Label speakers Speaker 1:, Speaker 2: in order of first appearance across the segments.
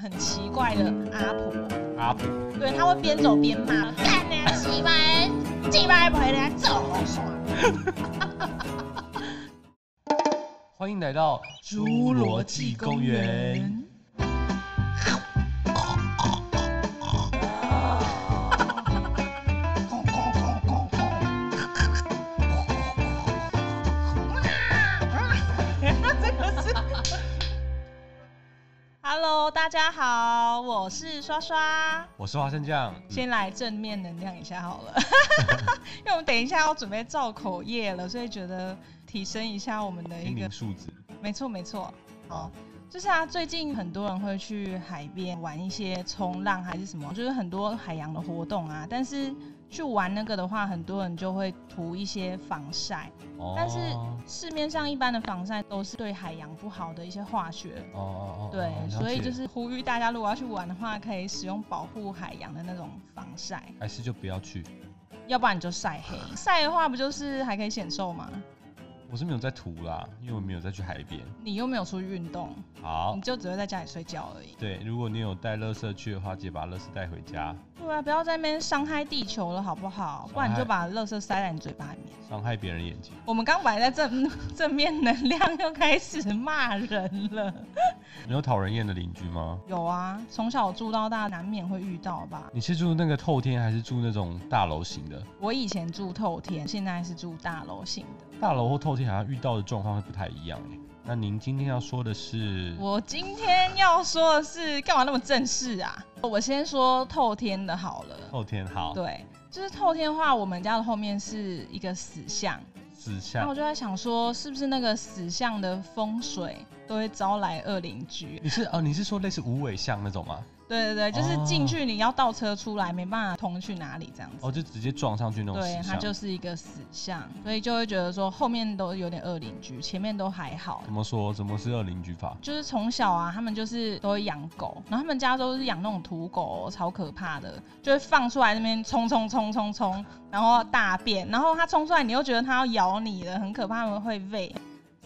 Speaker 1: 很奇怪的阿婆，
Speaker 2: 阿婆，
Speaker 1: 对，她会边走边骂，干你啊，鸡巴，鸡巴陪人家走啊，爽。
Speaker 2: 欢迎来到侏罗纪公园。
Speaker 1: 这个是 Hello，大家好，我是刷刷。
Speaker 2: 我是花生酱。嗯
Speaker 1: 先来正面能量一下好 了，因为我们等一下要准备造口业了，所以觉得提升一下我们的一
Speaker 2: 心
Speaker 1: 个
Speaker 2: 灵数值，
Speaker 1: 没错，没错。好，就是啊，最近很多人会去海边玩一些冲浪还是什么，就是很多海洋的活动啊。但是去玩那个的话，很多人就会涂一些防晒，
Speaker 2: 哦
Speaker 1: 但是市面上一般的防晒都是对海洋不好的一些化学。
Speaker 2: 哦哦哦，
Speaker 1: 对
Speaker 2: 哦，
Speaker 1: 所以就，
Speaker 2: 了解
Speaker 1: 是呼吁大家，如果要去玩的话，可以使用保护海洋的那种防晒，
Speaker 2: 还是就不要去。
Speaker 1: 要不然你就晒 黑。晒的话，不就是还可以显瘦吗？
Speaker 2: 我是没有在涂啦，因为我没有再去海边。
Speaker 1: 你又没有出去运动，
Speaker 2: 好
Speaker 1: 你，就只会在家里睡觉而已。
Speaker 2: 对，如果你有带垃圾去的话，记得把垃圾带回家，
Speaker 1: 对啊，不要在那边伤害地球了，好不好？不然你就把垃圾塞在你嘴巴里面。
Speaker 2: 伤害别人眼睛。
Speaker 1: 我们刚本来在正 正面能量，又开始骂人了。
Speaker 2: 你有讨人厌的邻居吗？
Speaker 1: 有啊，从小住到大，难免会遇到吧。
Speaker 2: 你是住那个透天，还是住那种大楼型的？
Speaker 1: 我以前住透天，现在是住大楼型的。
Speaker 2: 大楼或透天好像遇到的状况会不太一样哎。那您今天要说的是，
Speaker 1: 我今天要说的是，干嘛那么正式啊？我先说透天的好了。
Speaker 2: 透天好，
Speaker 1: 对，就是透天的话，我们家的后面是一个死巷，
Speaker 2: 指
Speaker 1: 然后
Speaker 2: 向
Speaker 1: 我就在想说，是不是那个死巷的风水都会招来恶邻居？
Speaker 2: 你是哦，你是说类似无尾巷那种吗？
Speaker 1: 对对对，就是进
Speaker 2: 哦
Speaker 1: 去你要倒车出来，没办法通去哪里这样子。
Speaker 2: 哦，就直接撞上去那种
Speaker 1: 对
Speaker 2: 石，
Speaker 1: 它
Speaker 2: 像。
Speaker 1: 就是一个死巷，所以就会觉得说后面都有点恶邻居，前面都还好。
Speaker 2: 怎么说？怎么是二邻居法？
Speaker 1: 就是从小啊，他们就是都会养狗，然后他们家都是养那种土狗、超可怕的，就会放出来那边冲冲冲冲冲，然后大便，然后它冲出来，你又觉得它要咬你了，很可怕，它们会喂，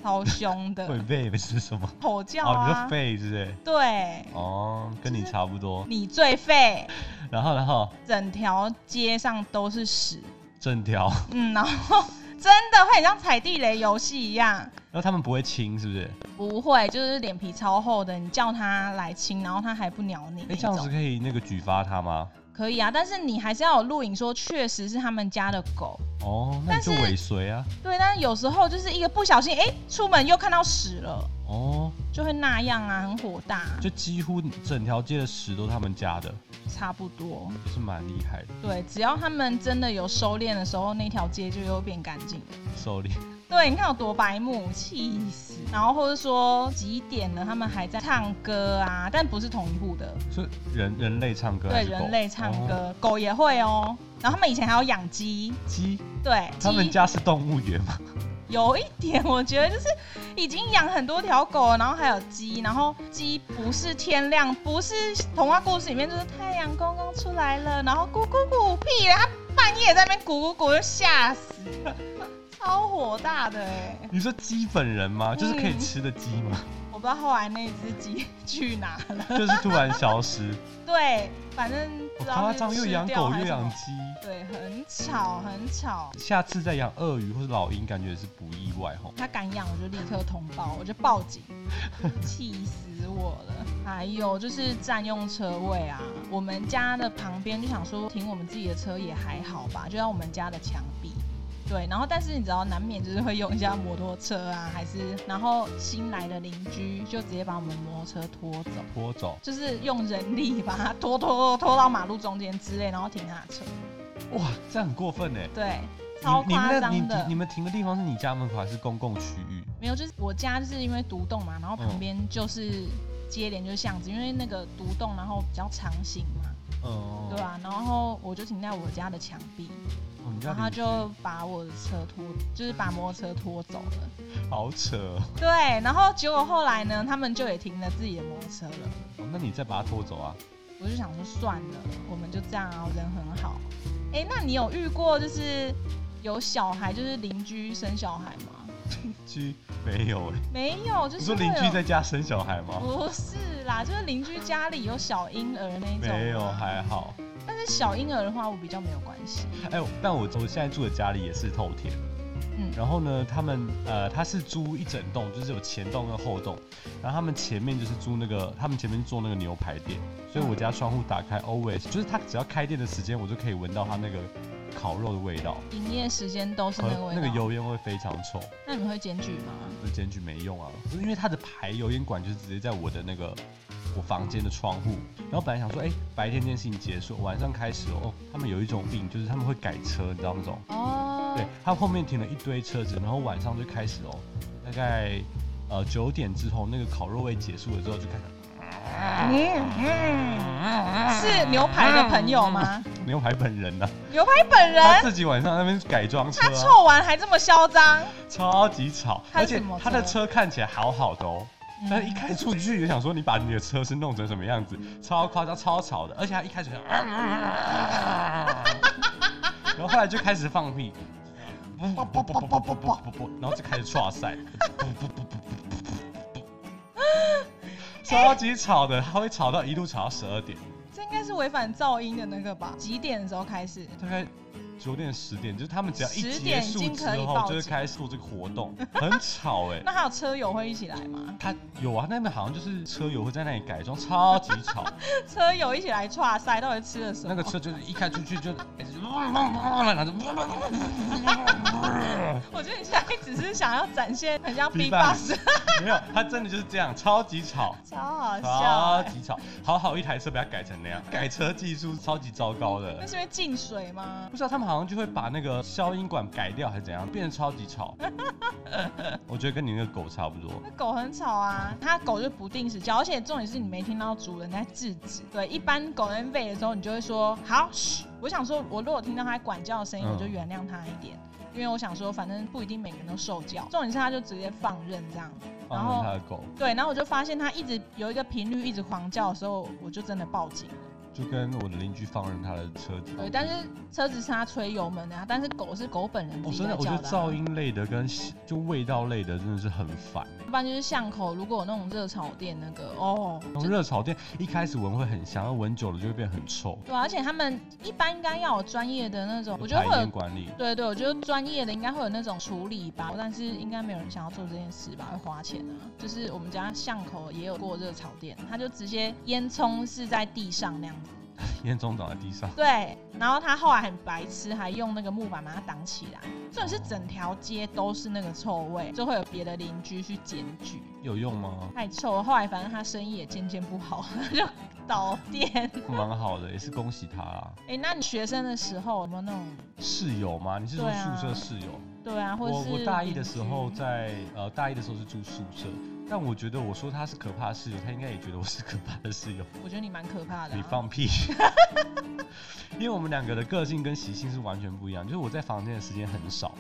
Speaker 1: 超凶
Speaker 2: 会
Speaker 1: 的，
Speaker 2: 背是什么？
Speaker 1: 吼叫
Speaker 2: 哦，你
Speaker 1: 呃啊
Speaker 2: 说，背是不是？
Speaker 1: 对，
Speaker 2: 哦，跟你差不多。
Speaker 1: 你最废，
Speaker 2: 然后，然后
Speaker 1: 整条街上都是屎，
Speaker 2: 整条，
Speaker 1: 嗯，然后真的会很像踩地雷游戏一样，
Speaker 2: 然后他们不会亲，是不是？
Speaker 1: 不会，就是脸皮超厚的，你叫他来亲，然后他还不鸟你
Speaker 2: 哎，
Speaker 1: 那
Speaker 2: 这样
Speaker 1: 种。
Speaker 2: 子可以那个举发他吗？
Speaker 1: 可以啊，但是你还是要有录影说确实是他们家的狗。
Speaker 2: 哦，那你就
Speaker 1: 但是
Speaker 2: 尾随啊。
Speaker 1: 对，但是有时候就是一个不小心，哎、出门又看到屎了，
Speaker 2: 哦，
Speaker 1: 就会那样啊，很火大，
Speaker 2: 就几乎整条街的屎都他们家的，
Speaker 1: 差不多。
Speaker 2: 也是蛮厉害的。
Speaker 1: 对，只要他们真的有收敛的时候，那条街就又变干净了。
Speaker 2: 狩猎，
Speaker 1: 对，你看有多白目，气死！然后或者说几点了，他们还在唱歌啊，但不是同一户的，
Speaker 2: 所以人人类唱歌还
Speaker 1: 对，
Speaker 2: 是狗，
Speaker 1: 人类唱
Speaker 2: 哦。
Speaker 1: 歌，狗也会哦。然后他们以前还有养鸡，
Speaker 2: 鸡，
Speaker 1: 对，
Speaker 2: 他们
Speaker 1: 鸡
Speaker 2: 家是动物园吗？
Speaker 1: 有一点我觉得就是已经养很多条狗了，然后还有鸡，然后鸡不是天亮，不是童话故事里面就是太阳公公出来了，然后咕咕咕屁啦，它半夜在那边咕咕咕，就吓死，超火大的哎、
Speaker 2: 你说鸡本人吗？就是可以
Speaker 1: 嗯
Speaker 2: 吃的鸡吗？
Speaker 1: 我不知道后来那只鸡去哪了。
Speaker 2: 就是突然消失。
Speaker 1: 对，反正
Speaker 2: 我
Speaker 1: 不知道
Speaker 2: 夸
Speaker 1: 是
Speaker 2: 张，又
Speaker 1: 吃
Speaker 2: 养
Speaker 1: 掉
Speaker 2: 狗
Speaker 1: 还
Speaker 2: 又
Speaker 1: 是什
Speaker 2: 养
Speaker 1: 么
Speaker 2: 鸡，
Speaker 1: 对，很吵很吵。
Speaker 2: 下次再养鳄鱼或者老鹰，感觉是不意外吼。
Speaker 1: 他敢养，我就立刻通报，我就报 警，气死我了。还有就是占用车位啊，我们家的旁边就想说停我们自己的车也还好吧，就在我们家的墙壁。对，然后但是你知道，难免就是会用一下摩托车啊，还是然后新来的邻居就直接把我们摩托车拖走，
Speaker 2: 拖走，
Speaker 1: 就是用人力把它拖拖拖到马路中间之类，然后停他的车。
Speaker 2: 哇，这样很过分哎！
Speaker 1: 对，超
Speaker 2: 你你
Speaker 1: 夸
Speaker 2: 们那你
Speaker 1: 张
Speaker 2: 你
Speaker 1: 的
Speaker 2: 你。们停的地方是你家门口还是公共区域？
Speaker 1: 没有，就是我家就是因为独栋嘛，然后旁
Speaker 2: 嗯
Speaker 1: 边就是接连就是巷子，因为那个独栋然后比较长形嘛，
Speaker 2: 嗯，
Speaker 1: 对啊吧、然后我就停在我家的墙壁，
Speaker 2: 哦？你家
Speaker 1: 然后他
Speaker 2: 邻居
Speaker 1: 就把我的车拖，就是把摩托车拖走了。
Speaker 2: 好扯哦，
Speaker 1: 对，然后结果后来呢，他们就也停了自己的摩托车了。
Speaker 2: 哦那你再把它拖走啊？
Speaker 1: 我就想说算了，我们就这样啊，人很好。哎、那你有遇过就是有小孩，就是邻居生小孩吗？
Speaker 2: 居没有哎，
Speaker 1: 没有，就
Speaker 2: 你
Speaker 1: 是
Speaker 2: 说邻
Speaker 1: 会
Speaker 2: 居
Speaker 1: 有
Speaker 2: 在家生小孩吗？
Speaker 1: 不是是啦，就是邻居家里有小婴儿那种、啊
Speaker 2: 没有，还好。
Speaker 1: 但是小婴儿的话，我比较没有关系。
Speaker 2: 哎、但我我现在住的家里也是透天。
Speaker 1: 嗯
Speaker 2: 然后呢，他们呃，他是租一整栋，就是有前栋跟后栋，然后他们前面就是租那个，他们前面做那个牛排店，所以我
Speaker 1: 嗯
Speaker 2: 家窗户打开，always 就是他只要开店的时间，我就可以闻到他那个烤肉的味道，
Speaker 1: 营业时间都是那个味
Speaker 2: 那
Speaker 1: 道。
Speaker 2: 个油烟会非常臭，
Speaker 1: 那你们会检举吗？
Speaker 2: 那检举没用啊，因为他的排油烟管就是直接在我的那个我房间的窗户，然后本来想说，哎、白天这件事情结束，晚上开始哦，他们有一种病，就是他们会改车，你知道那种。
Speaker 1: 哦，
Speaker 2: 对，他后面停了一堆车子，然后晚上就开始哦，大概呃九点之后，那个烤肉味结束了之后就开始
Speaker 1: 嗯嗯，是牛排的朋友吗？
Speaker 2: 牛排本人呐、
Speaker 1: 牛排本人，
Speaker 2: 嗯他自己啊晚上在那边改装车、
Speaker 1: 他
Speaker 2: 啊，
Speaker 1: 臭完还这么嚣张，
Speaker 2: 超级吵，
Speaker 1: 他
Speaker 2: 而
Speaker 1: 是什
Speaker 2: 且
Speaker 1: 么车啊
Speaker 2: 他的车看起来好好的哦。
Speaker 1: 嗯
Speaker 2: 但是一开出去就想说你把你的车是弄成什么样子，
Speaker 1: 嗯
Speaker 2: 超夸张、超吵的，而且他一开始就， 然后后来就开始放 屁，不不不不不不不不，然后就开始唰 塞，不不不不不不，超级吵的，他会吵到一路吵到十二点，
Speaker 1: 这应该是违反噪音的那个吧？几点的时候开始？
Speaker 2: 大概九点十点，就是他们只要一
Speaker 1: 10
Speaker 2: 结
Speaker 1: 点已
Speaker 2: 束
Speaker 1: 经
Speaker 2: 之
Speaker 1: 可以
Speaker 2: 后
Speaker 1: 报
Speaker 2: 就会
Speaker 1: 警
Speaker 2: 开始做这个活动，很吵哎、
Speaker 1: 那还有车友会一起来吗？
Speaker 2: 他有啊，那边好像就是车友会在那里改装，超级吵。
Speaker 1: 车友一起来串塞，到底吃了什么？
Speaker 2: 那个车就是一开出去就，然后就，
Speaker 1: 我觉得你现在只是想要展现很像 B
Speaker 2: Big
Speaker 1: b o x
Speaker 2: 没有，他真的就是这样，超级吵，
Speaker 1: 超好
Speaker 2: 超
Speaker 1: 笑、欸
Speaker 2: 级吵，好好一台车被他改成那样，改车技术超级糟糕
Speaker 1: 那
Speaker 2: 的。
Speaker 1: 是因为进水吗？
Speaker 2: 不知道他们好像就会把那个消音管改掉还是怎样，变得超级吵。 我觉得跟你那个狗差不多。
Speaker 1: 那狗很吵啊，它狗就不定时叫，而且重点是你没听到主人在制止。对，一般狗在吠的时候，你就会说好，嘘。我想说，我如果听到它管叫的声音，
Speaker 2: 嗯
Speaker 1: 我就原谅它一点，因为我想说，反正不一定每个人都受教。重点是它就直接放任这样。
Speaker 2: 放任他的狗，
Speaker 1: 对，然后我就发现它一直有一个频率一直狂叫的时候，我就真的报警了。
Speaker 2: 就跟我的邻居放任他的车子。
Speaker 1: 对，但是车子是它吹油门的、啊，但是狗是狗本人自
Speaker 2: 我
Speaker 1: 己
Speaker 2: 哦真
Speaker 1: 在
Speaker 2: 的，我觉
Speaker 1: 叫
Speaker 2: 得
Speaker 1: 的、啊
Speaker 2: 噪。音类的跟就味道类的真的是很烦。
Speaker 1: 一般就是巷口如果有那种热炒店，那个哦，
Speaker 2: 那种热炒店一开始闻会很香，然后闻久了就会变很臭。
Speaker 1: 对啊、而且他们一般应该要有专业的那种，我觉得
Speaker 2: 排
Speaker 1: 会
Speaker 2: 烟
Speaker 1: 有，
Speaker 2: 管理，
Speaker 1: 对对，我觉得专业的应该会有那种处理吧，但是应该没有人想要做这件事吧，会花钱啊。就是我们家巷口也有过热炒店，他就直接烟囱是在地上那样子，
Speaker 2: 烟囱长在地上，
Speaker 1: 对，然后他后来很白痴，还用那个木板把它挡起来，重点是整条街都是那个臭味，就会有别的邻居去检举，
Speaker 2: 有用吗？
Speaker 1: 太臭了。后来反正他生意也渐渐不好， 他就倒店。
Speaker 2: 蛮好的，也是恭喜他啦。
Speaker 1: 哎、那你学生的时候有没有那种？
Speaker 2: 室友吗？你是说
Speaker 1: 对啊
Speaker 2: 宿舍室友？
Speaker 1: 对啊，或者
Speaker 2: 我
Speaker 1: 是嗯
Speaker 2: 我大一的时候
Speaker 1: 邻居
Speaker 2: 在呃大一的时候是住宿舍，但我觉得我说他是可怕的室友，他应该也觉得我是可怕的室友。
Speaker 1: 我觉得你蛮可怕的啊、
Speaker 2: 你放 屁！因为我们两个的个性跟习性是完全不一样，就是我在房间的时间很少，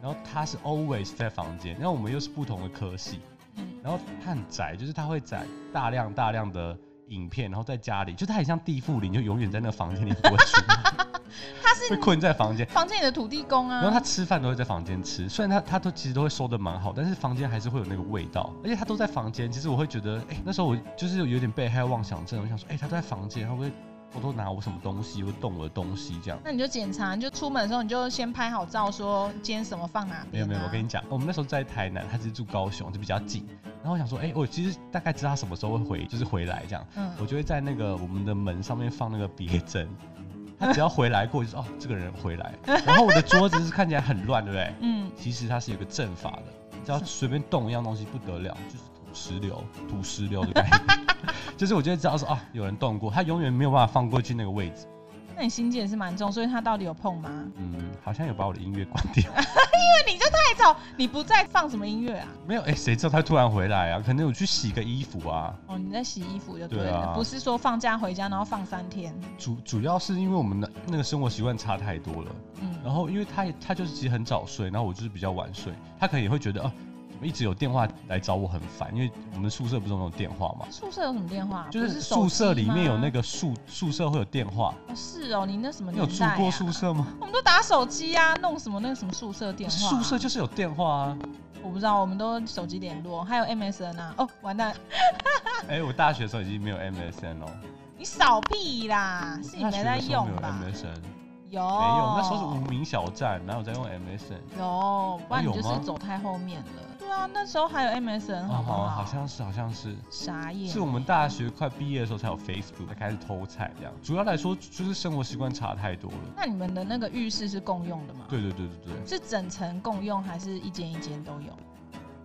Speaker 2: 然后他是 always 在房间，然后我们又是不同的科系，
Speaker 1: 嗯，
Speaker 2: 然后他很宅，就是他会载大量大量的影片，然后在家里，就他很像地缚灵，就永远在那个房间里不会出门，
Speaker 1: 他是
Speaker 2: 被困在房间。
Speaker 1: 房间里的土地公啊。
Speaker 2: 然后他吃饭都会在房间吃，虽然他他都其实都会收的蛮好，但是房间还是会有那个味道，而且他都在房间。其实我会觉得，哎、那时候我就是有点被害妄想症，我想说，哎、他都在房间，他会不会偷偷拿我什么东西，或动我的东西这样？
Speaker 1: 那你就检查，你就出门的时候你就先拍好照，说今天什么放哪
Speaker 2: 没
Speaker 1: 边、
Speaker 2: 有
Speaker 1: 啊。
Speaker 2: 没有，我跟你讲，我们那时候在台南，他只是住高雄，就比较近。然后我想说，哎、我其实大概知道他什么时候会回，就是回来这样。我
Speaker 1: 嗯，
Speaker 2: 就会在那个我们的门上面放那个别针， 他只要回来过，就是哦，这个人回来。然后我的桌子是看起来很乱，对不对？
Speaker 1: 嗯，
Speaker 2: 其实它是有个阵法的，你只要随便动一样东西不得了，就是土石 流，土石流的概念。 就是我就会知道说啊，有人动过，他永远没有办法放过去那个位置。
Speaker 1: 那你心机也是蛮重，所以他到底有碰吗？
Speaker 2: 嗯，好像有把我的音乐关掉，
Speaker 1: 对，你就太早，你不在放什么音乐啊？
Speaker 2: 没有哎，谁、知道他突然回来啊？可能我去洗个衣服啊。
Speaker 1: 哦，你在洗衣服就对
Speaker 2: 对
Speaker 1: 了，
Speaker 2: 啊
Speaker 1: 不是说放假回家然后放三天。
Speaker 2: 主主要是因为我们的那个生活习惯差太多了。然
Speaker 1: 嗯，
Speaker 2: 后因为他也他就是其实很早睡，然后我就是比较晚睡，他可能也会觉得哦、怎么一直有电话来找我很烦，因为我们宿舍不是有那种电话嘛，
Speaker 1: 宿舍有什么电话？啊
Speaker 2: 就
Speaker 1: 不
Speaker 2: 是
Speaker 1: 手
Speaker 2: 宿舍
Speaker 1: 机
Speaker 2: 里面有
Speaker 1: 吗
Speaker 2: 那、个宿宿舍会有电话。
Speaker 1: 哦是哦，你那什么
Speaker 2: 你
Speaker 1: 年
Speaker 2: 有
Speaker 1: 代、啊？
Speaker 2: 住过宿？舍吗？
Speaker 1: 我们都打手机啊，弄什么那个什么宿舍电话、
Speaker 2: 宿舍就是有电话啊，
Speaker 1: 我不知道，我们都手机联络，还有 MSN 啊。哦，完蛋，
Speaker 2: 哎、我大学的时候已经没有 MSN 了，
Speaker 1: 你少屁啦，啊是你
Speaker 2: 哦嗯大学
Speaker 1: 没在
Speaker 2: 的时候
Speaker 1: 用
Speaker 2: 没有
Speaker 1: 吧？哦
Speaker 2: MSN，
Speaker 1: 有，
Speaker 2: 没有，那时候是无名小站，哪有在用 MSN？
Speaker 1: 有，不然你
Speaker 2: 哦有
Speaker 1: 就是
Speaker 2: 吗
Speaker 1: 走太后面了。对啊，那时候还有 MSN，好
Speaker 2: 哦，
Speaker 1: 啊不好？
Speaker 2: 好像是，好像是。
Speaker 1: 傻眼。
Speaker 2: 是我们大学快毕业的时候才有 Facebook，才开始偷菜这样。主要来说就是生活习惯差太多了。
Speaker 1: 那你们的那个浴室是共用的吗？，
Speaker 2: 对对对对对，
Speaker 1: 是整层共用还是一间一间都有？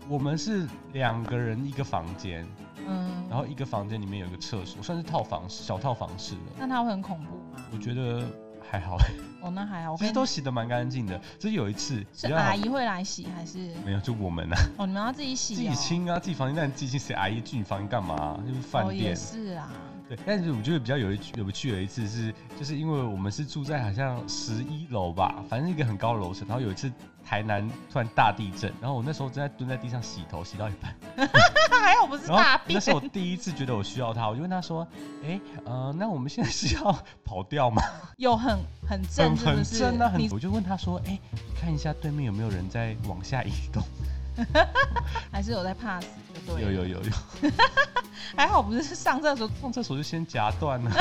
Speaker 2: 我们是两个人一个房间，
Speaker 1: 嗯，
Speaker 2: 然后一个房间里面有一个厕所，算是套房式小套房式的。
Speaker 1: 那它会很恐怖吗？
Speaker 2: 我觉得还好，
Speaker 1: 哦，那还好。我
Speaker 2: 其
Speaker 1: 跟
Speaker 2: 实
Speaker 1: 你
Speaker 2: 都洗得啊蛮干净的。只是有一次比
Speaker 1: 是
Speaker 2: 较
Speaker 1: 阿
Speaker 2: 好，
Speaker 1: 姨会来洗还是？
Speaker 2: 没有就我们啊，
Speaker 1: 哦，你们要自己洗、
Speaker 2: 自
Speaker 1: 哦。
Speaker 2: 己清啊，自己房间，那你自己清，谁阿姨去你房间干嘛、就是饭
Speaker 1: 哦，也
Speaker 2: 店。
Speaker 1: 是啊。
Speaker 2: 对，但是我觉得比较有一有趣的一次是，就是因为我们是住在好像十一楼吧，反正一个很高的楼层，然后有一次台南突然大地震，然后我那时候正在蹲在地上洗头，洗到一半，
Speaker 1: 那还好不是
Speaker 2: 然后
Speaker 1: 大便
Speaker 2: 那。是我第一次觉得我需要它，我就问他说，哎、呃，那我们现在是要跑掉吗？
Speaker 1: 有很很
Speaker 2: 很
Speaker 1: 正，是
Speaker 2: 很
Speaker 1: 不是？
Speaker 2: 真啊，很
Speaker 1: 你，
Speaker 2: 我就问他说，哎、你看一下对面有没有人在往下移动？
Speaker 1: 还是有在怕死，就对了。
Speaker 2: 有有有有，
Speaker 1: 还好不是上厕所
Speaker 2: 上厕所就先夹断了。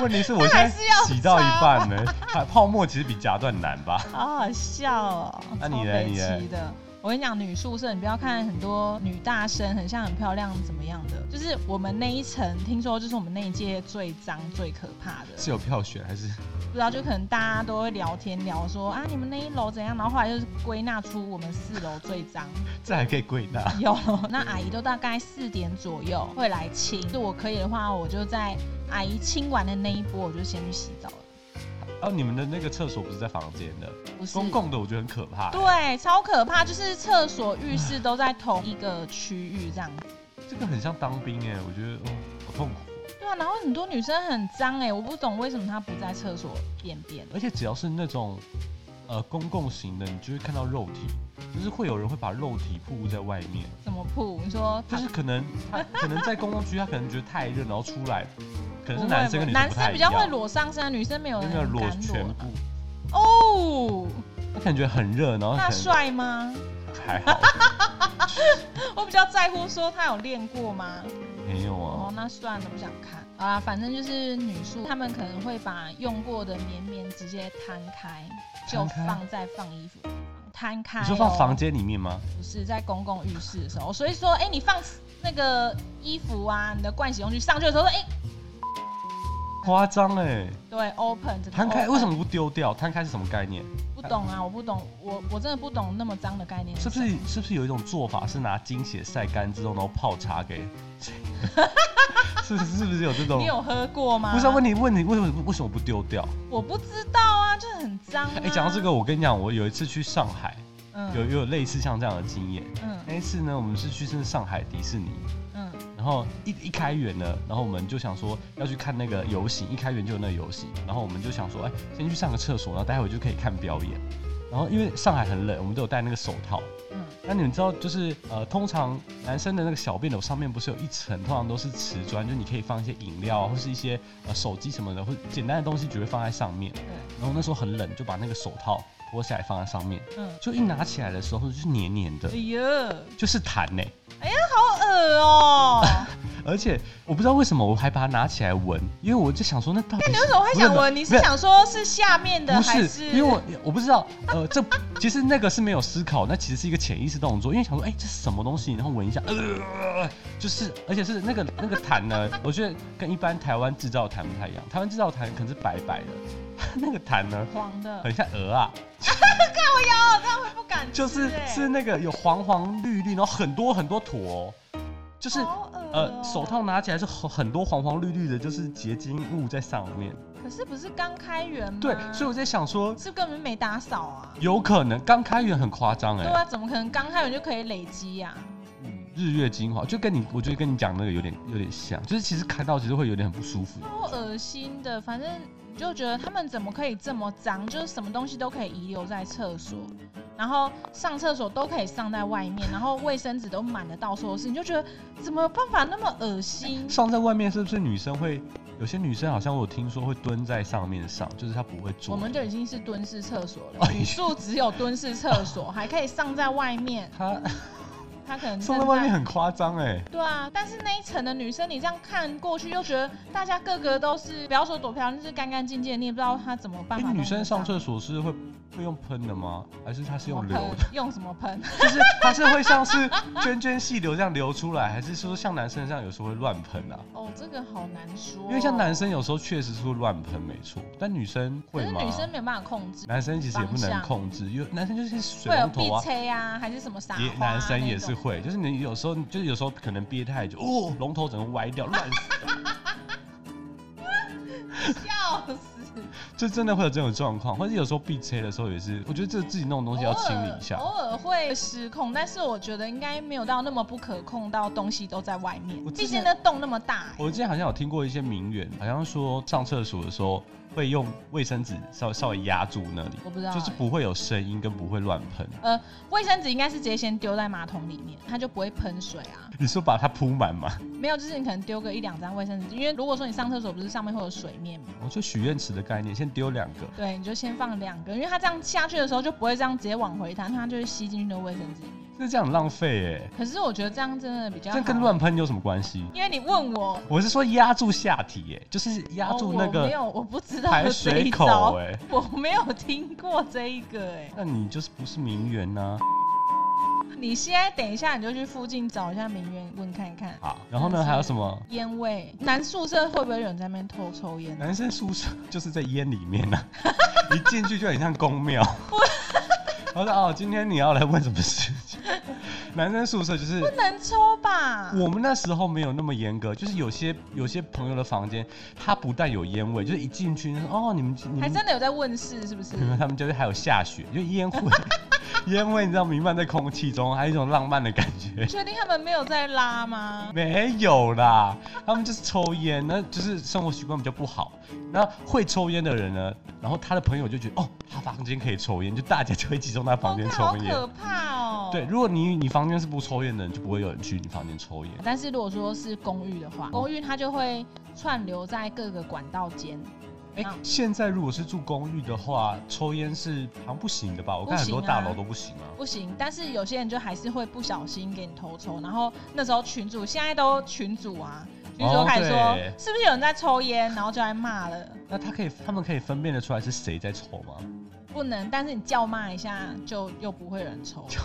Speaker 2: 问题是我现
Speaker 1: 还
Speaker 2: 在
Speaker 1: 是要
Speaker 2: 洗到一
Speaker 1: 插
Speaker 2: 半呢，啊泡沫其实比夹断难吧？
Speaker 1: 好好笑哦、超
Speaker 2: 那你嘞
Speaker 1: 北
Speaker 2: 你嘞
Speaker 1: 齐的。我跟你讲，女宿舍你不要看很多女大生很像很漂亮怎么样的，就是我们那一层，听说就是我们那一届最脏最可怕的，
Speaker 2: 是有票选还是？
Speaker 1: 不知道就可能大家都会聊天聊说啊你们那一楼怎样，然后后来就是归纳出我们四楼最脏，
Speaker 2: 这还可以跪纳。
Speaker 1: 有，那阿姨都大概四点左右会来清，就我可以的话，我就在阿姨清完的那一波，我就先去洗澡了，
Speaker 2: 哦，你们的那个厕所不是在房间的，
Speaker 1: 不是
Speaker 2: 公共的我觉得很可怕。
Speaker 1: 对，超可怕，就是厕所、浴室都在同一个区域这样子。
Speaker 2: 这个很像当兵哎，我觉得哦，好痛苦。
Speaker 1: 对啊，然后很多女生很脏哎、我不懂为什么她不在厕所便便。
Speaker 2: 而且只要是那种呃公共型的，你就会看到肉体，就是会有人会把肉体暴露在外面，
Speaker 1: 怎么铺？你说
Speaker 2: 就是可能 他可能在公共区，他可能觉得太热，然后出来，可能是
Speaker 1: 不会
Speaker 2: 男生跟女生
Speaker 1: 男
Speaker 2: 不太
Speaker 1: 生
Speaker 2: 一
Speaker 1: 比较
Speaker 2: 样，
Speaker 1: 会裸上身，女生没有
Speaker 2: 因
Speaker 1: 人
Speaker 2: 为要
Speaker 1: 敢
Speaker 2: 裸
Speaker 1: 裸
Speaker 2: 全部，
Speaker 1: 哦。
Speaker 2: 他感觉很热，然后
Speaker 1: 那
Speaker 2: 哦可能
Speaker 1: 帅吗？
Speaker 2: 还好，
Speaker 1: 我比较在乎说他有练过吗？
Speaker 2: 没 有
Speaker 1: 哦
Speaker 2: 啊，，
Speaker 1: 那算了，不想看啊。反正就是女宿，她们可能会把用过的棉棉直接摊开，就
Speaker 2: 摊开
Speaker 1: 放在放衣服的地方摊开、哦。
Speaker 2: 你说放房间里面吗？
Speaker 1: 不是在公共浴室的时候，所以说，哎、你放那个衣服啊，你的盥洗用具上去的时候说，哎、
Speaker 2: 夸张哎，
Speaker 1: 对，open 这个
Speaker 2: 摊开
Speaker 1: open
Speaker 2: 为什么不丢掉？摊开是什么概念？
Speaker 1: 不懂啊？我不懂，我我真的不懂那么脏的概念
Speaker 2: 是
Speaker 1: 什
Speaker 2: 不
Speaker 1: 么
Speaker 2: 是是不是有一种做法是拿精血晒干之后，然后泡茶给？ 是不是是不是有这种
Speaker 1: 你？有喝过吗？
Speaker 2: 不是啊问你问你为什么为什么不丢掉？
Speaker 1: 我不知道啊，就是很脏、啊。
Speaker 2: 哎、讲到这个，我跟你讲，我有一次去上海，
Speaker 1: 嗯，
Speaker 2: 有有类似像这样的经验。
Speaker 1: 嗯
Speaker 2: 那一次呢，我们是去是上海迪士尼，
Speaker 1: 嗯
Speaker 2: 然后一一开园呢，然后我们就想说要去看那个游行，一开园就有那个游行，然后我们就想说，哎、先去上个厕所，然后待会就可以看表演。然后因为上海很冷，我们都有戴那个手套，
Speaker 1: 嗯，
Speaker 2: 那你们知道，就是呃，通常男生的那个小便斗上面不是有一层，通常都是瓷砖，就你可以放一些饮料啊，或是一些呃手机什么的，或简单的东西，只会放在上面。
Speaker 1: 对，
Speaker 2: 然后那时候很冷，就把那个手套脱下来放在上面，
Speaker 1: 嗯，
Speaker 2: 就一拿起来的时候就是黏黏的
Speaker 1: 哎，呀，
Speaker 2: 就是痰呢、
Speaker 1: 好恶哦、
Speaker 2: 而且我不知道为什么我还把它拿起来闻，因为我就想说那到底
Speaker 1: 你为什么会想闻？你是想说是下面的
Speaker 2: 不
Speaker 1: 还
Speaker 2: 是，因为我我不知道，呃，这 其实那个是没有思考，那其实是一个潜意识动作，因为想说，哎、这是什么东西？然后闻一下，呃，就是，而且是那个那个痰呢，我觉得跟一般台湾制造的痰不太一样，台湾制造的痰可能是白白的， 那个痰呢，
Speaker 1: 黄的？
Speaker 2: 很像鹅啊，
Speaker 1: 靠腰，这样会不敢吃、
Speaker 2: 就是
Speaker 1: 哎
Speaker 2: 是那个有黄黄绿绿，然后很多很多坨哦、就是。
Speaker 1: 好恶哦
Speaker 2: 呃，手套拿起来是很很多黄黄绿绿的，就是结晶物在上面。
Speaker 1: 可是不是刚开园吗？
Speaker 2: 对，所以我在想说，
Speaker 1: 是根本没打扫啊。
Speaker 2: 有可能刚开园很夸张哎、
Speaker 1: 对啊，怎么可能刚开园就可以累积啊呀、
Speaker 2: 日月精华，就跟你，我觉得跟你讲那个有点有点像，就是其实看到其实会有点很不舒服。
Speaker 1: 超恶心的，反正你就觉得他们怎么可以这么脏，就是什么东西都可以遗留在厕所，然后上厕所都可以上在外面，然后卫生纸都满的到处都是，你就觉得怎么有办法那么恶心？
Speaker 2: 上在外面是不是女生会有些女生好像我有听说会蹲在上面上，就是她不会坐。
Speaker 1: 我们就已经是蹲式厕所
Speaker 2: 哎
Speaker 1: 了，语速只有蹲式厕 所，还可以上在外面，
Speaker 2: 她
Speaker 1: 他可能
Speaker 2: 上
Speaker 1: 正
Speaker 2: 在外面
Speaker 1: 在。
Speaker 2: 很夸张哎，
Speaker 1: 对啊，但是那一层的女生，你这样看过去，又觉得大家个个都是，不要说多漂亮，就是干干净净，你也不知道她怎么办
Speaker 2: 哎
Speaker 1: 法弄得到。
Speaker 2: 女生上厕所是会会用喷的吗？还是她是
Speaker 1: 怎么
Speaker 2: 用流
Speaker 1: 喷
Speaker 2: 的？，
Speaker 1: 用什么哦喷？
Speaker 2: 就是她是会像是涓涓细流这样流出来，还是说像男生这样有时候会乱喷啊？
Speaker 1: 哦，这个好难说。哦
Speaker 2: 因为像男生，有时候确实是会乱喷，没错，但女生
Speaker 1: 可
Speaker 2: 会
Speaker 1: 是
Speaker 2: 吗？
Speaker 1: 女生没有办法控制，
Speaker 2: 男生其实也不
Speaker 1: 方
Speaker 2: 能
Speaker 1: 向
Speaker 2: 控制，因为男生就是水
Speaker 1: 会有
Speaker 2: 龙
Speaker 1: 必
Speaker 2: 头啊，
Speaker 1: 吹啊，还是什么撒花、
Speaker 2: 也
Speaker 1: 啊？
Speaker 2: 男生也是。会，就是你有时候就是有时候可能憋太久，哦，龙头整个歪掉，乱死，
Speaker 1: 笑死。
Speaker 2: 就真的会有这种状况，或者有时候闭车的时候也是，我觉得这自己弄的东西要清理一下
Speaker 1: 偶。尔偶尔会失控，但是我觉得应该没有到那么不可控到东西都在外面
Speaker 2: 我，之
Speaker 1: 毕
Speaker 2: 前
Speaker 1: 竟那洞那么大、欸
Speaker 2: 我之前好像有听过一些名媛，好像说上厕所的时候会用卫生纸稍稍微压住那里，
Speaker 1: 我不知道、
Speaker 2: 就是不会有声音跟不会乱喷。
Speaker 1: 卫生纸应该是直接先丢在马桶里面，它就不会喷水啊。
Speaker 2: 你说把它铺满嘛？
Speaker 1: 没有，就是你可能丢个一两张卫生纸，因为如果说你上厕所不是上面会有水面嘛，
Speaker 2: 我就许愿池的概念，先丢两个。
Speaker 1: 对，你就先放两个，因为它这样下去的时候就不会这样直接往回弹，它就会吸进去那个卫生纸里面。
Speaker 2: 那这样很浪费哎、
Speaker 1: 可是我觉得这样真的比较
Speaker 2: 这
Speaker 1: 好
Speaker 2: 样跟乱，喷有什么关系？
Speaker 1: 因为你问我，
Speaker 2: 我是说压住下体哎、就是压
Speaker 1: 哦
Speaker 2: 住那
Speaker 1: 我没
Speaker 2: 个
Speaker 1: 有，我不知道
Speaker 2: 排
Speaker 1: 有这
Speaker 2: 水
Speaker 1: 一
Speaker 2: 口
Speaker 1: 招，
Speaker 2: 哎、
Speaker 1: 我没有听过这一个哎、
Speaker 2: 那你就是不是名媛啊呐、
Speaker 1: 你现在等一下，你就去附近找一下名媛问看看。
Speaker 2: 好，然后呢
Speaker 1: 但是
Speaker 2: 还有什么？
Speaker 1: 烟味，男宿舍会不会有人在那边偷抽烟？
Speaker 2: 男生宿舍就是在烟里面呐、 一进去就很像公庙。我说哦，今天你要来问什么事情？男生宿舍就是
Speaker 1: 不能抽吧？
Speaker 2: 我们那时候没有那么严格，就是有些有些朋友的房间，它不但有烟味，就是一进去就说哦，你们你
Speaker 1: 还
Speaker 2: 们
Speaker 1: 真的有在问世是不 是？
Speaker 2: 他们就是还有下雪，就烟灰，烟味你知道弥漫在空气中，还有一种浪漫的感觉。
Speaker 1: 确定他们没有在拉吗？
Speaker 2: 没有啦，他们就是抽烟，那就是生活习惯比较不好。那会抽烟的人呢，然后他的朋友就觉得哦，他房间可以抽烟，就大家就会集中他房
Speaker 1: 我
Speaker 2: 间
Speaker 1: 看
Speaker 2: 抽
Speaker 1: 好
Speaker 2: 烟。
Speaker 1: 可怕哦。
Speaker 2: 对，。如果你你房间是不抽烟的人，就不会有人去你房间抽烟。
Speaker 1: 但是如果说是公寓的话，公寓它就会串流在各个管道间，
Speaker 2: 哎、
Speaker 1: 嗯
Speaker 2: 现在如果是住公寓的话，抽烟是好像不行的吧？我看很多
Speaker 1: 不行啊
Speaker 2: 大楼都不行啊。
Speaker 1: 不行。但是有些人就还是会不小心给你偷抽，然后那时候群主现在都群主啊，群主
Speaker 2: 哦
Speaker 1: 就开始说
Speaker 2: 对
Speaker 1: 是不是有人在抽烟，然后就来骂了。
Speaker 2: 那他可以，他们可以分辨得出来是谁在抽吗？
Speaker 1: 不能，但是你叫骂一下，就又不会有人抽。
Speaker 2: 叫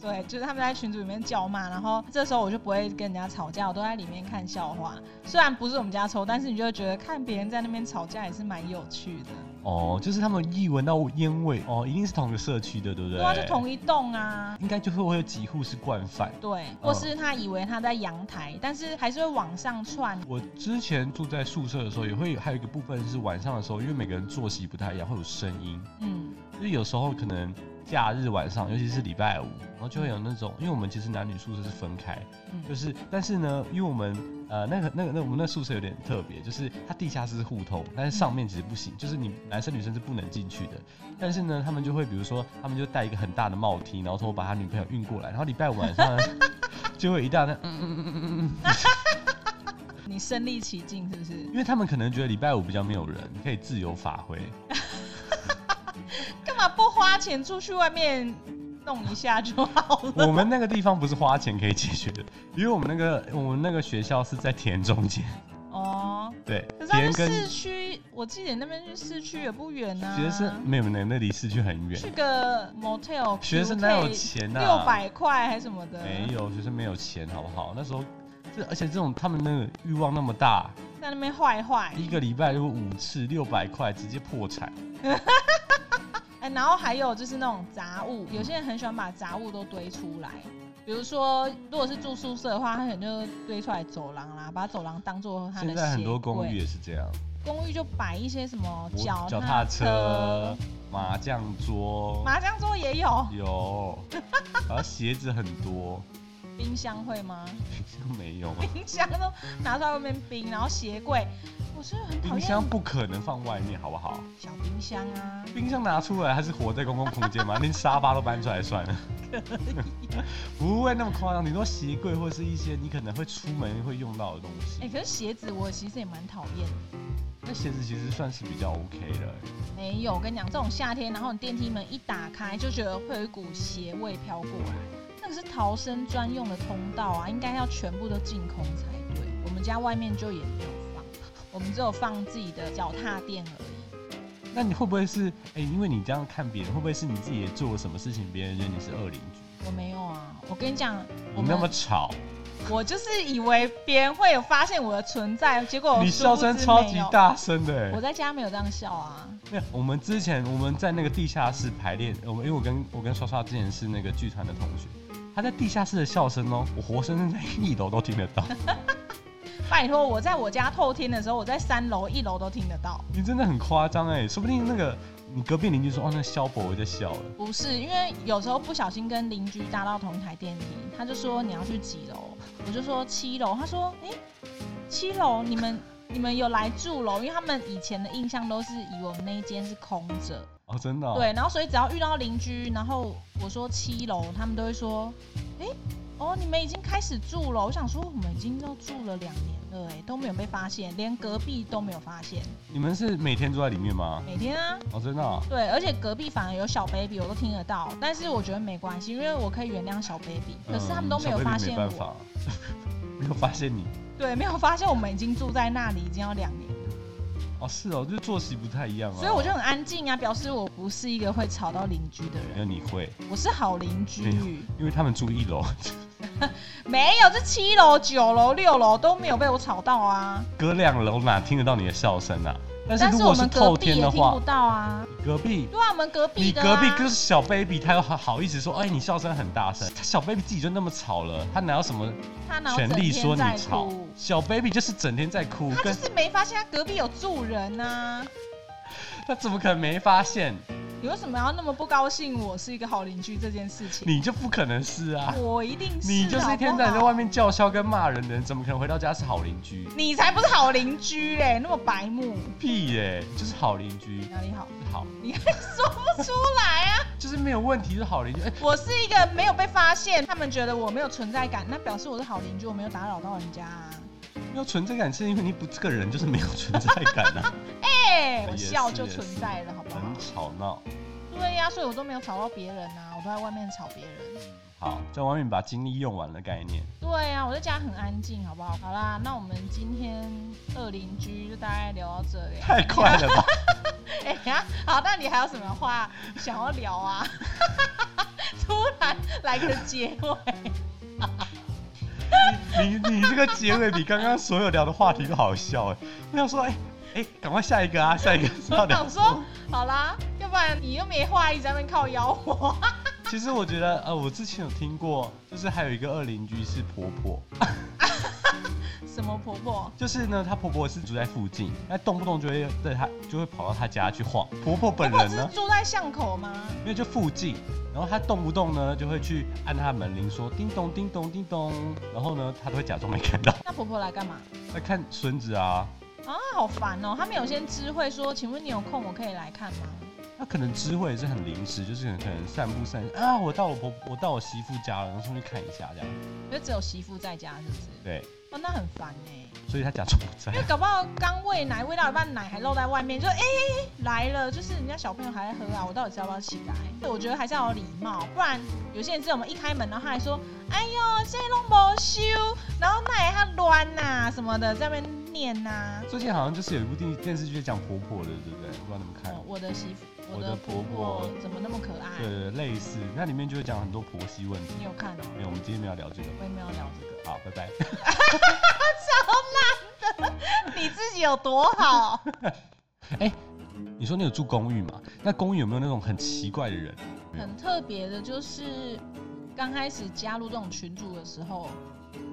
Speaker 1: 对，就是他们在群组里面叫骂，然后这时候我就不会跟人家吵架，我都在里面看笑话。虽然不是我们家抽，但是你就会觉得看别人在那边吵架也是蛮有趣的。
Speaker 2: 哦，就是他们一闻到烟味，哦，一定是同个社区的，对不对？
Speaker 1: 对啊，就同一栋啊。
Speaker 2: 应该就会会有几户是惯犯。
Speaker 1: 对，或
Speaker 2: 哦
Speaker 1: 是他以为他在阳台，但是还是会往上窜。
Speaker 2: 我之前住在宿舍的时候，也会有还有一个部分是晚上的时候，因为每个人作息不太一样，会有声音。
Speaker 1: 嗯，
Speaker 2: 就是有时候可能假日晚上，尤其是礼拜五，然后就会有那种，因为我们其实男女宿舍是分开，
Speaker 1: 嗯
Speaker 2: 就是但是呢，因为我们呃那个那个那我们那宿舍有点特别，就是它地下室是互通，但是上面其实不行，就是你男生女生是不能进去的。但是呢，他们就会比如说，他们就带一个很大的帽 T，然后说我把他女朋友运过来，然后礼拜五晚上呢 就会有一大那，嗯嗯嗯嗯嗯嗯，
Speaker 1: 你身临其境是不是？
Speaker 2: 因为他们可能觉得礼拜五比较没有人，可以自由发挥。
Speaker 1: 干嘛不花钱出去外面弄一下就好了？
Speaker 2: 我们那个地方不是花钱可以解决的，因为我们那个我们那个学校是在田中间，
Speaker 1: 哦，
Speaker 2: 对
Speaker 1: 可，是他
Speaker 2: 田
Speaker 1: 们
Speaker 2: 跟
Speaker 1: 市区，我记得那边去市区也不远啊。
Speaker 2: 学生没有没有，那离市区很远，
Speaker 1: 去个 motel，
Speaker 2: 学生哪有钱呐、
Speaker 1: 六百块还什么的，
Speaker 2: 没有，学生没有钱好不好？那时候。这而且这种他们那个欲望那么大，
Speaker 1: 在那边坏坏。
Speaker 2: 一个礼拜如果五次六百块，直接破产。
Speaker 1: 哎，然后还有就是那种杂物，有些人很喜欢把杂物都堆出来。比如说，如果是住宿舍的话，他可能就堆出来走廊啦，把走廊当做他的
Speaker 2: 现在很多
Speaker 1: 鞋柜
Speaker 2: 公寓也是这样，
Speaker 1: 公寓就摆一些什么
Speaker 2: 我
Speaker 1: 脚
Speaker 2: 脚踏车、麻将桌
Speaker 1: 麻将桌也有。
Speaker 2: 有，然后鞋子很多。
Speaker 1: 冰箱会 吗？
Speaker 2: 冰箱没有啊，
Speaker 1: 冰箱都拿出来外面冰，然后鞋柜，我真的很讨
Speaker 2: 冰
Speaker 1: 厌
Speaker 2: 箱不可能放外面，好不好？
Speaker 1: 小冰箱啊。
Speaker 2: 冰箱拿出来，它是活在公共空 间吗？连沙发都搬出来算了。不会那么夸张，你说鞋柜或是一些你可能会出门会用到的东西。
Speaker 1: 哎、可是鞋子我其实也蛮讨厌的。
Speaker 2: 那鞋子其实算是比较 OK 的、
Speaker 1: 没有，我跟你讲，这种夏天，然后你电梯门一打开，就觉得会有一股鞋味飘过来。那个是逃生专用的通道啊，应该要全部都净空才对。我们家外面就也没有放， 我们只有放自己的脚踏垫而已。
Speaker 2: 那你会不会是哎、因为你这样看别人，会不会是你自己也做了什么事情，别人认你是恶邻居？
Speaker 1: 我没有啊，我跟你讲，我
Speaker 2: 你
Speaker 1: 们
Speaker 2: 那么吵，
Speaker 1: 我就是以为别人会有发现我的存在，结果
Speaker 2: 你笑声超
Speaker 1: 殊不
Speaker 2: 级
Speaker 1: 知没有。
Speaker 2: 大声的、
Speaker 1: 我
Speaker 2: 欸。
Speaker 1: 在家没有这样笑啊，
Speaker 2: 那我们之前我们在那个地下室排练，我们因为我跟我跟刷刷之前是那个剧团的同学，他在地下室的笑声哦、我活生生在一楼都听得到。
Speaker 1: 拜托，我在我家透天的时候，我在三楼、一楼都听得到。
Speaker 2: 你真的很夸张哎，说不定那个你隔壁邻居说哦，那萧伯我在笑了。
Speaker 1: 不是，因为有时候不小心跟邻居搭到同一台电梯，他就说你要去几楼，我就说七楼，他说诶，七楼你们你们有来住楼，因为他们以前的印象都是以我们那一间是空着，
Speaker 2: 哦，真的、哦。。
Speaker 1: 对，然后所以只要遇到邻居，然后我说七楼，他们都会说，诶，哦你们已经开始住了，我想说我们已经都住了两年了、诶，都没有被发现，连隔壁都没有发现，
Speaker 2: 你们是每天住在里面吗？
Speaker 1: 每天啊
Speaker 2: 哦，真的、哦。
Speaker 1: 对，而且隔壁反而有小 baby，我都听得到，但是我觉得没关系，因为我可以原谅小 baby。可是他们都没有
Speaker 2: 嗯
Speaker 1: 发现
Speaker 2: 小 baby
Speaker 1: 我，
Speaker 2: 没办法， 没有发现你。
Speaker 1: 对，没有发现我们已经住在那里已经要两年了，
Speaker 2: 哦，是哦，就是作息不太一样啊。
Speaker 1: 所以我就很安静啊，表示我不是一个会吵到邻居的
Speaker 2: 没有
Speaker 1: 人，
Speaker 2: 你会，
Speaker 1: 我是好邻居。
Speaker 2: 因为他们住一楼，
Speaker 1: 没有，这七楼、九楼、六楼都没有被我吵到啊，
Speaker 2: 隔两楼哪听得到你的笑声啊？但是
Speaker 1: 但
Speaker 2: 如
Speaker 1: 我
Speaker 2: 果
Speaker 1: 们隔
Speaker 2: 透
Speaker 1: 壁
Speaker 2: 天
Speaker 1: 也
Speaker 2: 的
Speaker 1: 听不
Speaker 2: 话，
Speaker 1: 到啊。
Speaker 2: 隔壁。
Speaker 1: 对啊，我们隔壁
Speaker 2: 你
Speaker 1: 的、
Speaker 2: 隔
Speaker 1: 啊、
Speaker 2: 壁就是小 baby，他又好好意思说，哎、你笑声很大声。他小 baby 自己就那么吵了，他哪有什么
Speaker 1: 他哪有
Speaker 2: 权
Speaker 1: 整
Speaker 2: 利说
Speaker 1: 天在
Speaker 2: 你吵
Speaker 1: 哭？
Speaker 2: 小 baby 就是整天在哭，
Speaker 1: 他就
Speaker 2: 跟
Speaker 1: 是没发现他隔壁有住人啊。
Speaker 2: 他怎么可能没发现？
Speaker 1: 你为什么要那么不高兴？我是一个好邻居这件事情，
Speaker 2: 你就不可能是啊，
Speaker 1: 我一定是，啊
Speaker 2: 你就是一天到晚在外
Speaker 1: 面，
Speaker 2: 面叫嚣跟骂人的人，怎么可能回到家是好邻居？
Speaker 1: 你才不是好邻居嘞，那么白目，
Speaker 2: 屁耶、就是好邻居，
Speaker 1: 哪里好？
Speaker 2: 好，
Speaker 1: 你 还说不出来啊！
Speaker 2: 就是没有问题是好邻居。哎、
Speaker 1: 我是一个没有被发现，他们觉得我没有存在感，那表示我是好邻居，我没有打扰到人家、啊。
Speaker 2: 没有存在感是因为你不这个人就是没有存在感啊，
Speaker 1: 哎、我
Speaker 2: 也是
Speaker 1: 笑就存在了，好不好？
Speaker 2: 很吵闹。
Speaker 1: 对啊呀、所以我都没有吵到别人啊，我都在外面吵别人。
Speaker 2: 好，在外面把精力用完的概念。
Speaker 1: 对啊呀、我在家很安静，好不好？好啦，那我们今天二邻居就大概聊到这里啊。
Speaker 2: 太快了吧！
Speaker 1: 哎呀，好，那你还有什么话想要聊啊？ 突然来个结尾，
Speaker 2: 你你这个结尾比刚刚所有聊的话题都好笑哎、我想说，哎、哎，赶、快下一个啊，下一个是要
Speaker 1: 我
Speaker 2: 聊
Speaker 1: 想说，好啦，要不然你又没话一直在那边靠邀我。
Speaker 2: 其实我觉得，呃，我之前有听过，就是还有一个二邻居是婆婆，
Speaker 1: 什么婆婆？
Speaker 2: 就是呢，她婆婆是住在附近，那动不动就会在她就会跑到她家去晃。婆婆
Speaker 1: 婆
Speaker 2: 本
Speaker 1: 婆
Speaker 2: 人
Speaker 1: 是
Speaker 2: 呢，
Speaker 1: 住在巷口吗？
Speaker 2: 因为就附近，然后她动不动呢就会去按她门铃说叮咚叮咚叮咚，然后呢她都会假装没看到，
Speaker 1: 那婆婆来干嘛？
Speaker 2: 在看孙子啊，
Speaker 1: 啊，好烦哦、他们有先知会说，请问你有空我可以来看吗？
Speaker 2: 她可能知会也是很临时，就是可能散步散啊，我到我婆我到我媳妇家了，然后上去看一下这样，
Speaker 1: 就只有媳妇在家是不是？
Speaker 2: 对，
Speaker 1: 哦，那很烦哎、
Speaker 2: 所以她假装不在
Speaker 1: 因。为搞不好刚喂奶，喂到一半奶还漏在外面，就哎、来了，就是人家小朋友还在喝啊，我到底是要不要起来？对我觉得还是要有礼貌，不然有些人是我们一开门，然后他还说，哎呦，这弄没修，然后奶他乱呐什么的，在那边念呐、啊
Speaker 2: 最近好像就是有一部电电视剧在讲婆婆的，对不对？不知道你们看
Speaker 1: 哦。我的媳妇，
Speaker 2: 我
Speaker 1: 我
Speaker 2: 的
Speaker 1: 的婆
Speaker 2: 婆
Speaker 1: 婆
Speaker 2: 婆
Speaker 1: 怎么那么可爱？
Speaker 2: 对对，对类似，那里面就会讲很多婆媳问题。
Speaker 1: 你有看哦、
Speaker 2: 没有，我们今天没有聊这个。
Speaker 1: 我也没有聊这个，
Speaker 2: 好，拜拜。
Speaker 1: 你自己有多好？
Speaker 2: 你说你有住公寓嘛？那公寓有没有那种很奇怪的人？
Speaker 1: 很特别的，就是刚开始加入这种群组的时候，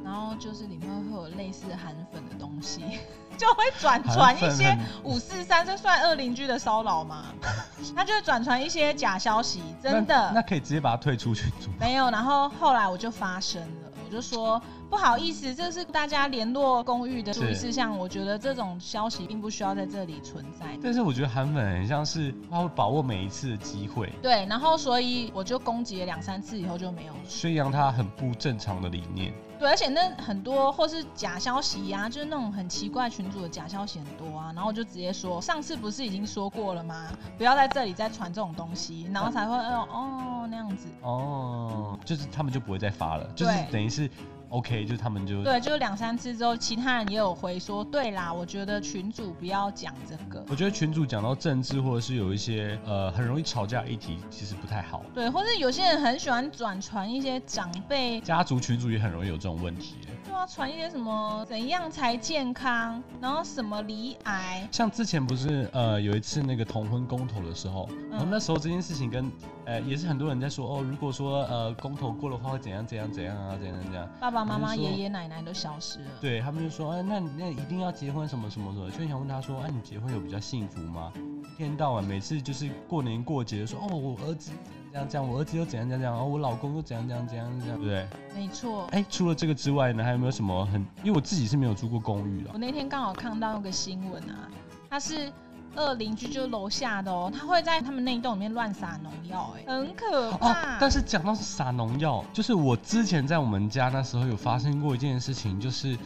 Speaker 1: 然后就是里面会有类似韩粉的东西， 就会转传一些
Speaker 2: 韩粉
Speaker 1: 五四三，这算二邻居的骚扰吗？ 他就会转传一些假消息，
Speaker 2: 很
Speaker 1: 真
Speaker 2: 那那
Speaker 1: 的
Speaker 2: 可以直接把他退出群组。
Speaker 1: 没有。然后后来我就发声了，我就说不好意思，这是大家联络公寓的注意
Speaker 2: 是
Speaker 1: 事项。我觉得这种消息并不需要在这里存在。
Speaker 2: 但是我觉得韩粉很像是他会把握每一次的机会，
Speaker 1: 对，然后所以我就攻击了两三次以后就没有了。
Speaker 2: 宣扬他很不正常的理念。
Speaker 1: 对，而且那很多或是假消息呀、就是那种很奇怪群组的假消息很多啊，然后我就直接说，上次不是已经说过了吗？不要在这里再传这种东西，然后才会哦哦那样子。
Speaker 2: 哦，就是他们就不会再发了，就是
Speaker 1: 对
Speaker 2: 等于是 OK，就是他们就
Speaker 1: 对，就两三次之后，其他人也有回说，对啦，我觉得群主不要讲这个，
Speaker 2: 我觉得群主讲到政治或者是有一些呃很容易吵架的议题，其实不太好。
Speaker 1: 对，或是有些人很喜欢转传一些长辈，
Speaker 2: 家族群主也很容易有这种问题。
Speaker 1: 对啊，传一些什么怎样才健康，然后什么离癌，
Speaker 2: 像之前不是呃有一次那个同婚公投的时候，
Speaker 1: 嗯
Speaker 2: 然后那时候这件事情跟呃也是很多人在说哦，如果说呃公投过的话会怎样怎样怎样啊怎样怎样，
Speaker 1: 爸爸妈妈、
Speaker 2: 还是说
Speaker 1: 爷爷奶奶都消失了。
Speaker 2: 对他们就说哎、那那一定要结婚什么什么什么，就很想问他说哎、你结婚有比较幸福吗？一天到晚每次就是过年过节说哦我儿子怎样怎样，我儿子又怎样怎样怎样，哦我老公又怎样怎样怎样怎样，对不对？
Speaker 1: 没错，
Speaker 2: 哎、除了这个之外呢，还有没有什么很？因为我自己是没有住过公寓的
Speaker 1: 我，那天刚好看到一个新闻啊，他是二邻居，就是楼下的哦，他会在他们那一栋里面乱撒农药，哎，很可
Speaker 2: 哦
Speaker 1: 怕。，
Speaker 2: 但是讲到是撒农药，就是我之前在我们家那时候有发生过一件事情，就是，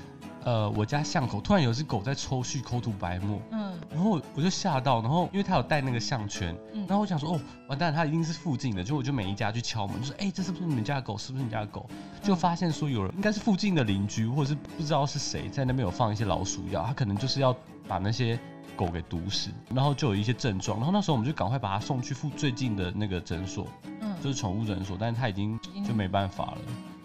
Speaker 2: 呃，我家巷口突然有只狗在抽蓄口吐白沫，
Speaker 1: 嗯，
Speaker 2: 然后我就吓到，然后因为它有戴那个项圈，
Speaker 1: 嗯
Speaker 2: 然后我想说，哦，完蛋，它一定是附近的，就我就每一家去敲门，就说，哎、这是不是你们家的狗？是不是你家的狗？就发现说有人应该是附近的邻居，或者是不知道是谁在那边有放一些老鼠药，他可能就是要把那些。狗给毒死，然后就有一些症状，然后那时候我们就赶快把它送去附最近的那个诊所，
Speaker 1: 嗯，
Speaker 2: 就是宠物诊所，但是他已经就没办法了。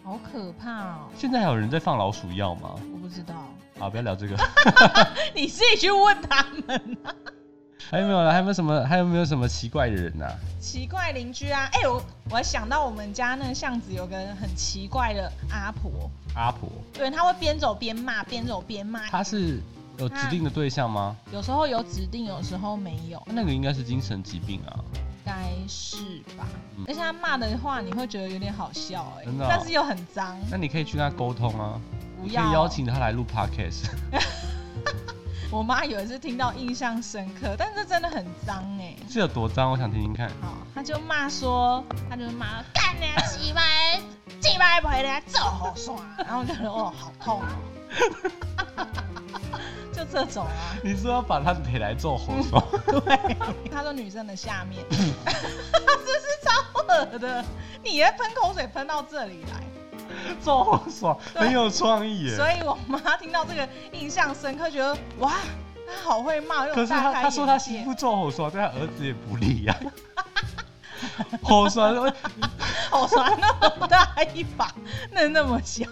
Speaker 1: 好可怕哦，
Speaker 2: 现在还有人在放老鼠药吗？
Speaker 1: 我不知 道，
Speaker 2: 啊，不要聊这个。
Speaker 1: 你自己去问他们。
Speaker 2: 还有没有啦？还有没有什么？还有没有什么奇怪的人呐、啊？
Speaker 1: 奇怪邻居啊！哎、我我还想到我们家那个巷子有个很奇怪的阿婆，
Speaker 2: 阿婆，
Speaker 1: 对，她会边走边骂，边走边骂，
Speaker 2: 她是有指定的对象吗？
Speaker 1: 有时候有指定，有时候没有，
Speaker 2: 那个应该是精神疾病啊。
Speaker 1: 应该是吧
Speaker 2: 嗯？
Speaker 1: 而且她骂的话，你会觉得有点好笑哎、
Speaker 2: 真的哦
Speaker 1: 但是又很脏，
Speaker 2: 那你可以去跟他沟通啊，
Speaker 1: 不
Speaker 2: 你可
Speaker 1: 要
Speaker 2: 以邀。请他来录 podcast。
Speaker 1: 我妈有一次听到印象深刻，但是真的很脏哎、
Speaker 2: 这有多脏？我想听听看。
Speaker 1: 好，她就骂说，她就骂干你 啊，鸡巴，鸡巴陪人这好爽，然后我就觉得 哦，好痛哦， 就这种啊。
Speaker 2: 你是要把他陪来做红 手？
Speaker 1: 他说女生的下面， 这是超恶的。你也喷口水喷到这里来，
Speaker 2: 做红手很有创意耶。
Speaker 1: 所以我妈听到这个印象深刻，觉得哇，她好会骂，又
Speaker 2: 可是他他说他媳妇做火刷，对他儿子也不 利呀、啊。火刷，
Speaker 1: 好酸那么哦大一把，那那么小，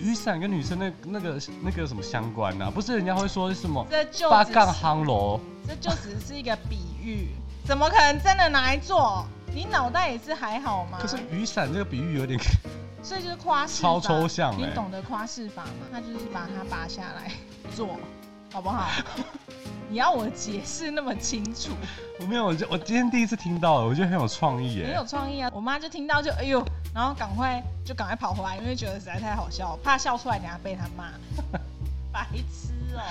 Speaker 2: 雨伞跟女生那那个那个有什么相关呢、啊？不是人家会说什么
Speaker 1: 这就
Speaker 2: 八
Speaker 1: 只
Speaker 2: 杠
Speaker 1: 是
Speaker 2: 夯楼？
Speaker 1: 这就只是一个比喻，怎么可能真的拿来做？你脑袋也是还好吗？
Speaker 2: 可是雨伞这个比喻有点，
Speaker 1: 所以就是夸饰
Speaker 2: 超
Speaker 1: 法
Speaker 2: 抽象
Speaker 1: 你
Speaker 2: 欸
Speaker 1: 懂得夸饰法吗？他就是把它拔下来做，好不 好？你要我解释那么清楚，
Speaker 2: 我没有，我就我今天第一次听到，我觉得很有创意
Speaker 1: 很
Speaker 2: 耶
Speaker 1: 有。创意啊！我妈就听到就哎呦，然后赶快就赶快跑回来，因为觉得实在太好笑，怕笑出来等下被她骂，白痴哦、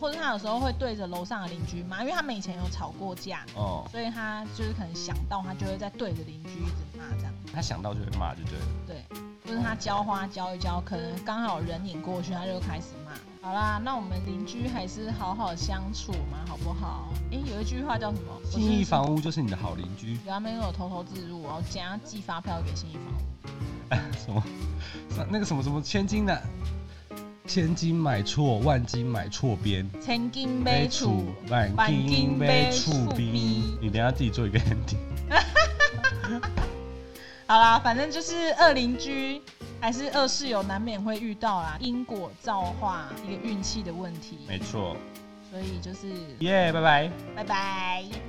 Speaker 1: 或者她有时候会对着楼上的邻居骂，因为他们以前有吵过架，
Speaker 2: 哦，
Speaker 1: 所以她就是可能想到，她就会再对着邻居一直骂这样。
Speaker 2: 他想到就会骂，就对了。
Speaker 1: 对，就是他浇花浇一浇，可能刚好人引过去，他就开始骂。好啦，那我们邻居还是好好相处嘛，好不好？哎、有一句话叫什么？
Speaker 2: 信义房屋就是你的好邻居。
Speaker 1: 不要没有偷偷自入哦，今天寄发票给信义房屋。
Speaker 2: 什么？那个什么什么千金的，千金买错，万金买错边。
Speaker 1: 千金买厝，
Speaker 2: 万金杯醋冰。你等一下自己做一个 ending。
Speaker 1: 好啦，反正就是二邻居还是二室友，难免会遇到啦，因果造化一个运气的问题。
Speaker 2: 没错，
Speaker 1: 所以就是
Speaker 2: 耶、拜拜。
Speaker 1: 拜拜。